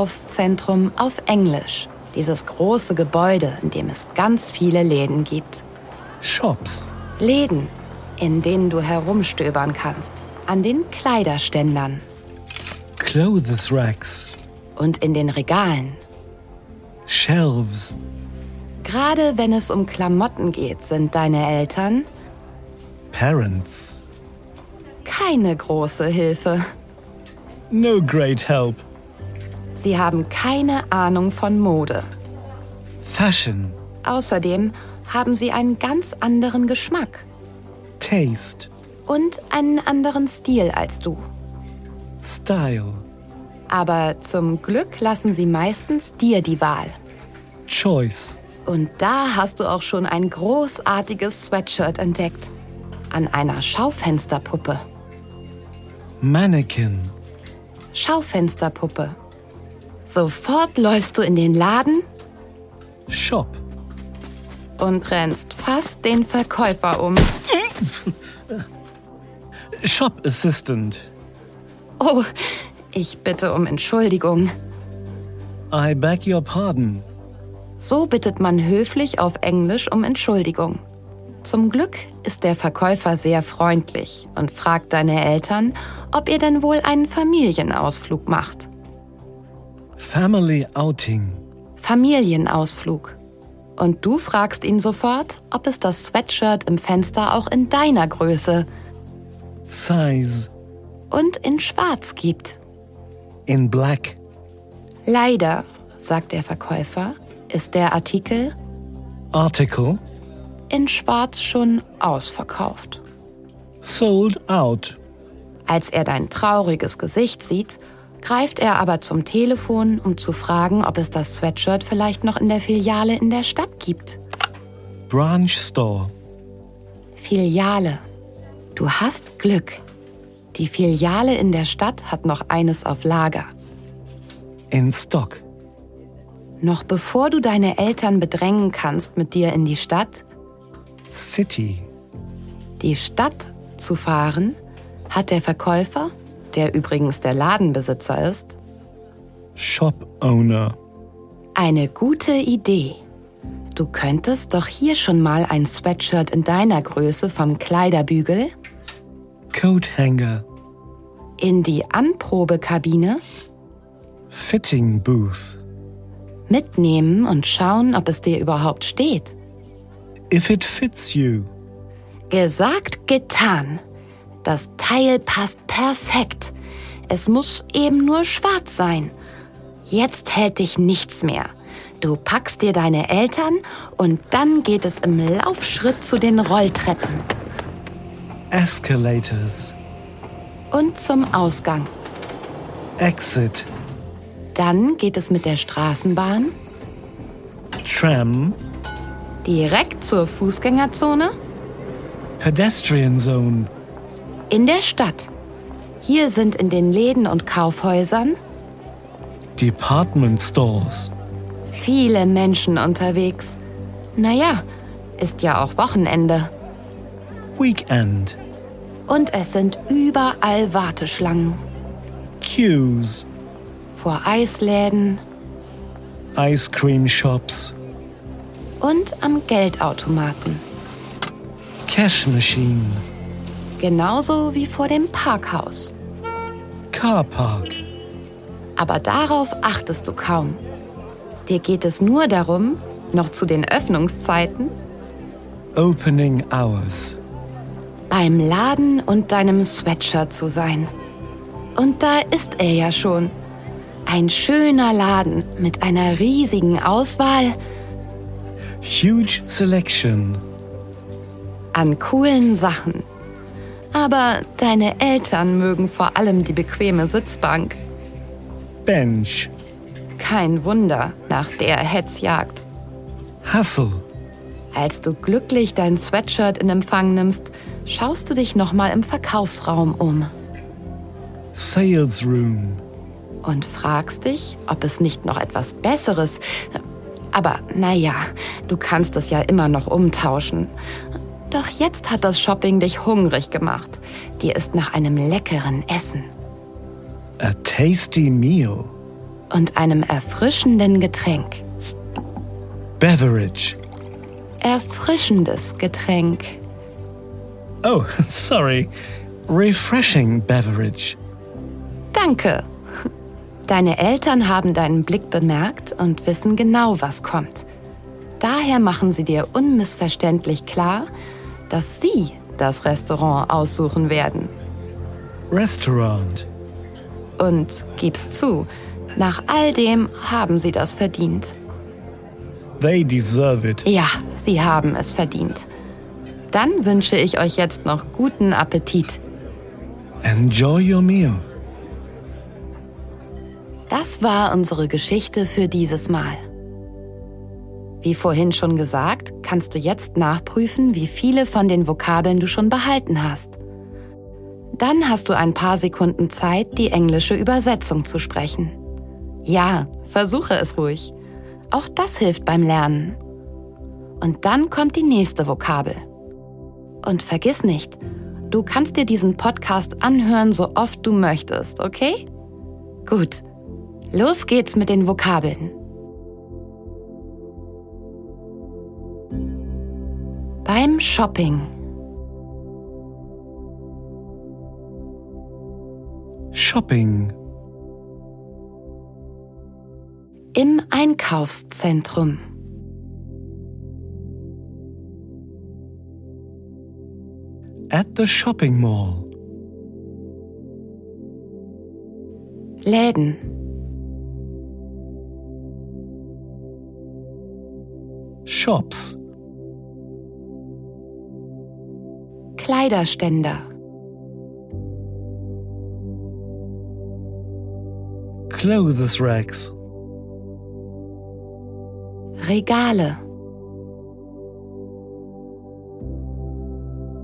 Einkaufszentrum auf Englisch. Dieses große Gebäude, in dem es ganz viele Läden gibt. Shops. Läden, in denen du herumstöbern kannst. An den Kleiderständern Clothes racks. und in den Regalen. Shelves. Gerade wenn es um Klamotten geht, sind deine Eltern Parents. keine große Hilfe. No great help. Sie haben keine Ahnung von Mode. Fashion. Außerdem haben sie einen ganz anderen Geschmack Taste. und einen anderen Stil als du. Style. Aber zum Glück lassen sie meistens dir die Wahl. Choice. Und da hast du auch schon ein großartiges Sweatshirt entdeckt. An einer Schaufensterpuppe. Mannequin. Schaufensterpuppe. Sofort läufst du in den Laden Shop. und rennst fast den Verkäufer um. Shop assistant. Oh, ich bitte um Entschuldigung. I beg your pardon. So bittet man höflich auf Englisch um Entschuldigung. Zum Glück ist der Verkäufer sehr freundlich und fragt deine Eltern, ob ihr denn wohl einen Familienausflug macht. Family outing. Familienausflug. Und du fragst ihn sofort, ob es das Sweatshirt im Fenster auch in deiner Größe Size. und in Schwarz gibt. In black. Leider, sagt der Verkäufer, ist der Artikel Article. in Schwarz schon ausverkauft. Sold out. Als er dein trauriges Gesicht sieht, greift er aber zum Telefon, um zu fragen, ob es das Sweatshirt vielleicht noch in der Filiale in der Stadt gibt. Branch store. Filiale. Du hast Glück. Die Filiale in der Stadt hat noch eines auf Lager. In stock. Noch bevor du deine Eltern bedrängen kannst, mit dir in die Stadt, City. die Stadt zu fahren, hat der Verkäufer, der übrigens der Ladenbesitzer ist, Shop owner. Eine gute Idee. Du könntest doch hier schon mal ein Sweatshirt in deiner Größe vom Kleiderbügel Coat hanger. in die Anprobekabine Fitting booth. mitnehmen und schauen, ob es dir überhaupt steht. If it fits you. Gesagt, getan. Das Teil passt perfekt. Es muss eben nur schwarz sein. Jetzt hält dich nichts mehr. Du packst dir deine Eltern und dann geht es im Laufschritt zu den Rolltreppen. Escalators. und zum Ausgang. Exit. Dann geht es mit der Straßenbahn Tram. direkt zur Fußgängerzone Pedestrian zone. in der Stadt. Hier sind in den Läden und Kaufhäusern Department stores. viele Menschen unterwegs. Naja, ist ja auch Wochenende. Weekend. Und es sind überall Warteschlangen. Queues. Vor Eisläden Ice cream shops. und am Geldautomaten. Cash machine. Genauso wie vor dem Parkhaus. Car park. Aber darauf achtest du kaum. Dir geht es nur darum, noch zu den Öffnungszeiten Opening hours. beim Laden und deinem Sweatshirt zu sein. Und da ist er ja schon. Ein schöner Laden mit einer riesigen Auswahl Huge selection. an coolen Sachen. Aber deine Eltern mögen vor allem die bequeme Sitzbank. Bench. Kein Wunder nach der Hetzjagd. Hustle. Als du glücklich dein Sweatshirt in Empfang nimmst, schaust du dich nochmal im Verkaufsraum um Sales room. und fragst dich, ob es nicht noch etwas Besseres. Aber naja, du kannst es ja immer noch umtauschen. Doch jetzt hat das Shopping dich hungrig gemacht. Dir ist nach einem leckeren Essen. A tasty meal. und einem erfrischenden Getränk. Beverage. Erfrischendes Getränk. Oh, sorry. Refreshing beverage. Danke. Deine Eltern haben deinen Blick bemerkt und wissen genau, was kommt. Daher machen sie dir unmissverständlich klar, dass sie das Restaurant aussuchen werden. Restaurant. Und gib's zu, nach all dem haben sie das verdient. They deserve it. Ja, sie haben es verdient. Dann wünsche ich euch jetzt noch guten Appetit. Enjoy your meal. Das war unsere Geschichte für dieses Mal. Wie vorhin schon gesagt, kannst du jetzt nachprüfen, wie viele von den Vokabeln du schon behalten hast. Dann hast du ein paar Sekunden Zeit, die englische Übersetzung zu sprechen. Ja, versuche es ruhig. Auch das hilft beim Lernen. Und dann kommt die nächste Vokabel. Und vergiss nicht, du kannst dir diesen Podcast anhören, so oft du möchtest, okay? Gut. Los geht's mit den Vokabeln. Beim Shopping. Shopping. Im Einkaufszentrum. At the shopping mall. Läden. Shops. Kleiderständer. Clothes racks. Regale.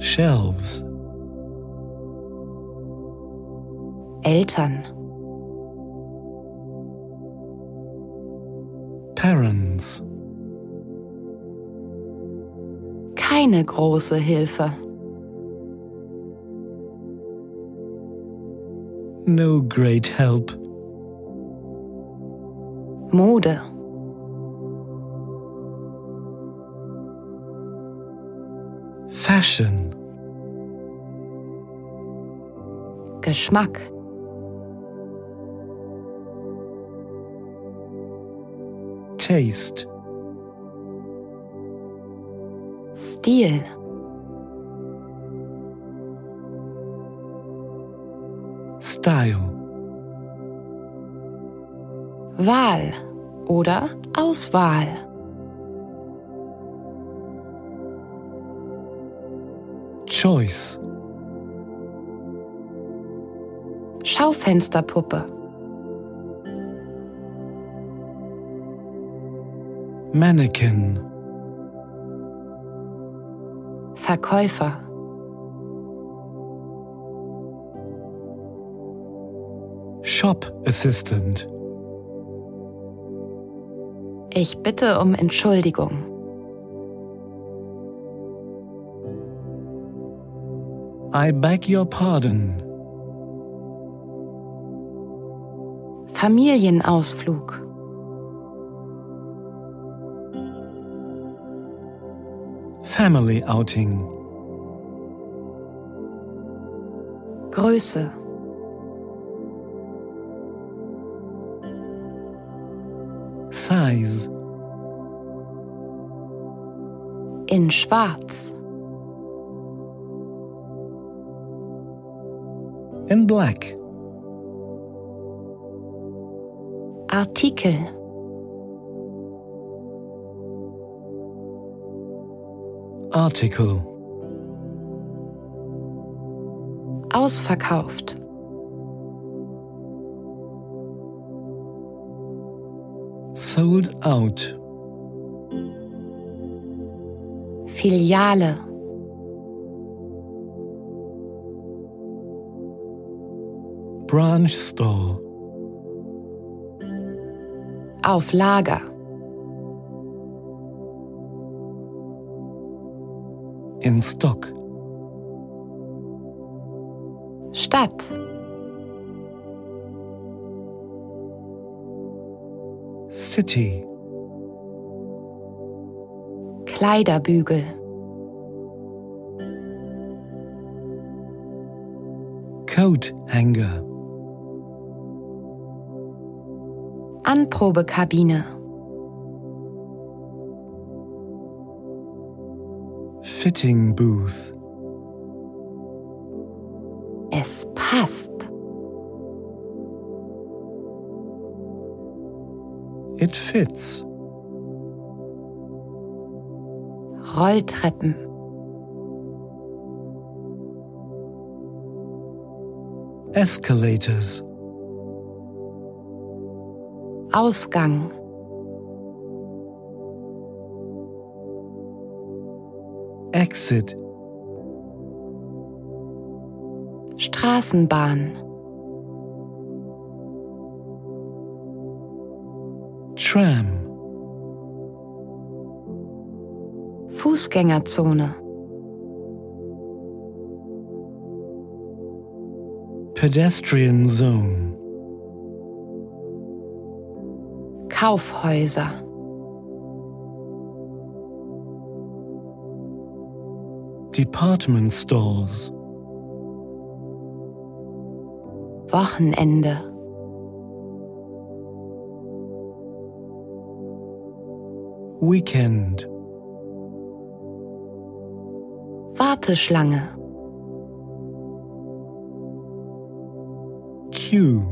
Shelves. Eltern. Parents. Keine große Hilfe. No great help. Mode. Fashion. Geschmack. Taste. Stil. Style. Wahl oder Auswahl. Choice. Schaufensterpuppe. Mannequin. Verkäufer. Shop assistant. Ich bitte um Entschuldigung. I beg your pardon. Familienausflug. Family outing. Größe. Size. In Schwarz. In black. Artikel. Article. Ausverkauft. Sold out. Filiale. Branch store. Auf Lager. In stock. Stadt. City. Kleiderbügel, Coat hanger. Anprobekabine, Fitting booth. es passt. It fits. Rolltreppen, Escalators. Ausgang, Exit. Straßenbahn, Tram. Fußgängerzone, Pedestrian zone. Kaufhäuser, Department stores. Wochenende, Weekend. Warteschlange, Queue.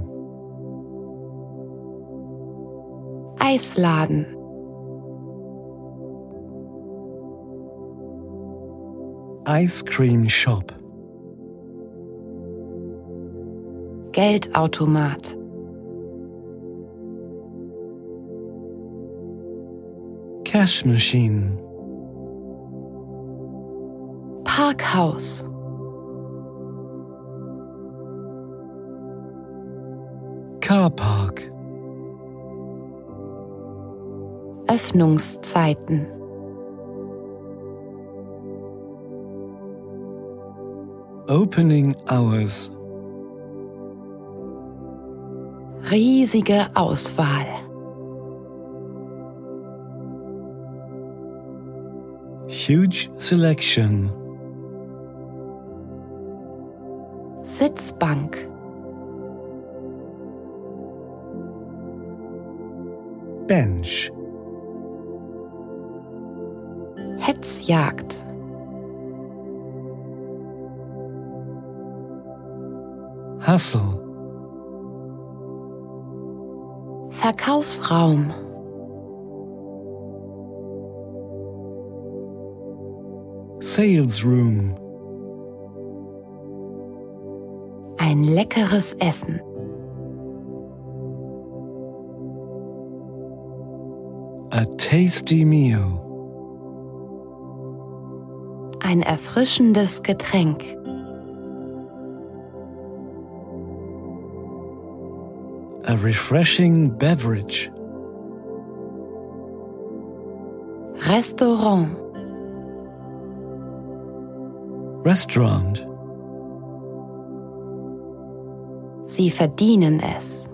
Eisladen, Ice cream shop. Geldautomat, Cash machine. Parkhaus, Car park. Öffnungszeiten. Opening hours. Riesige Auswahl. Huge selection. Sitzbank, Bench. Hetzjagd, Hustle. Verkaufsraum, Sales room. ein leckeres Essen, A tasty meal. ein erfrischendes Getränk, A refreshing beverage. Restaurant, Restaurant. sie verdienen es.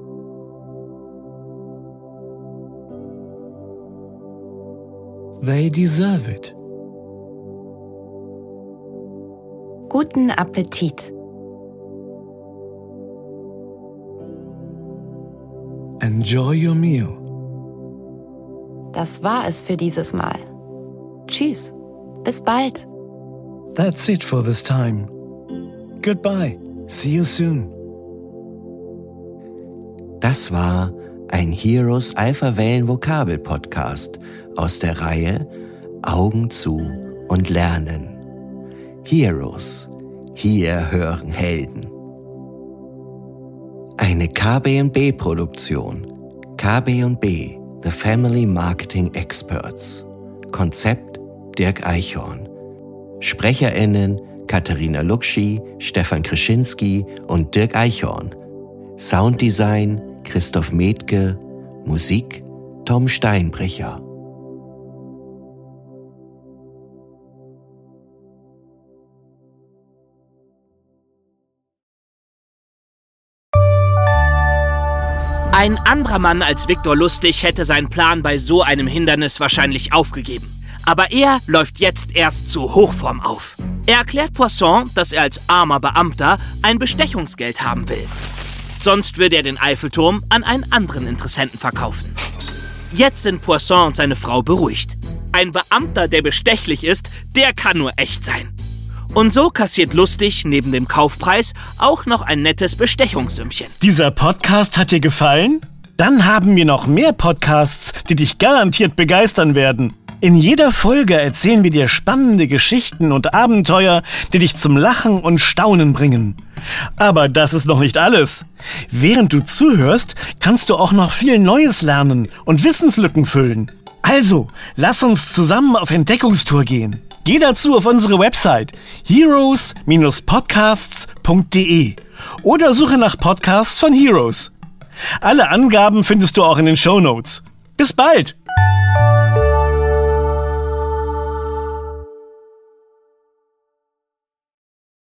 They deserve it. Guten Appetit, Enjoy your meal. das war es für dieses Mal. Tschüss, bis bald. That's it for this time. Goodbye. See you soon. Das war ein Heroes Alpha Wellen Vokabel Podcast aus der Reihe Augen zu und lernen. Heroes. Hier hören Helden. Eine KBB Produktion. KBB The Family Marketing Experts. Konzept Dirk Eichhorn. SprecherInnen Katharina Luxi, Stefan Krischinski und Dirk Eichhorn. Sounddesign Christoph Metke, Musik Tom Steinbrecher. Ein anderer Mann als Viktor Lustig hätte seinen Plan bei so einem Hindernis wahrscheinlich aufgegeben. Aber er läuft jetzt erst zu Hochform auf. Er erklärt Poisson, dass er als armer Beamter ein Bestechungsgeld haben will. Sonst würde er den Eiffelturm an einen anderen Interessenten verkaufen. Jetzt sind Poisson und seine Frau beruhigt. Ein Beamter, der bestechlich ist, der kann nur echt sein. Und so kassiert Lustig neben dem Kaufpreis auch noch ein nettes Bestechungssümmchen. Dieser Podcast hat dir gefallen? Dann haben wir noch mehr Podcasts, die dich garantiert begeistern werden. In jeder Folge erzählen wir dir spannende Geschichten und Abenteuer, die dich zum Lachen und Staunen bringen. Aber das ist noch nicht alles. Während du zuhörst, kannst du auch noch viel Neues lernen und Wissenslücken füllen. Also, lass uns zusammen auf Entdeckungstour gehen. Geh dazu auf unsere Website heroes-podcasts.de oder suche nach Podcasts von Heroes. Alle Angaben findest du auch in den Show Notes. Bis bald!